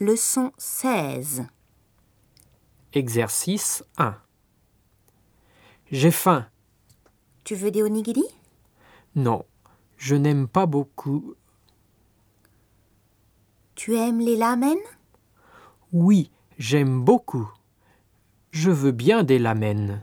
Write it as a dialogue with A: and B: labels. A: Leçon 16.
B: Exercice 1. J'ai faim.
A: Tu veux des onigiri
B: Non, je n'aime pas beaucoup.
A: Tu aimes les lamen
B: Oui, j'aime beaucoup. Je veux bien des lamènes.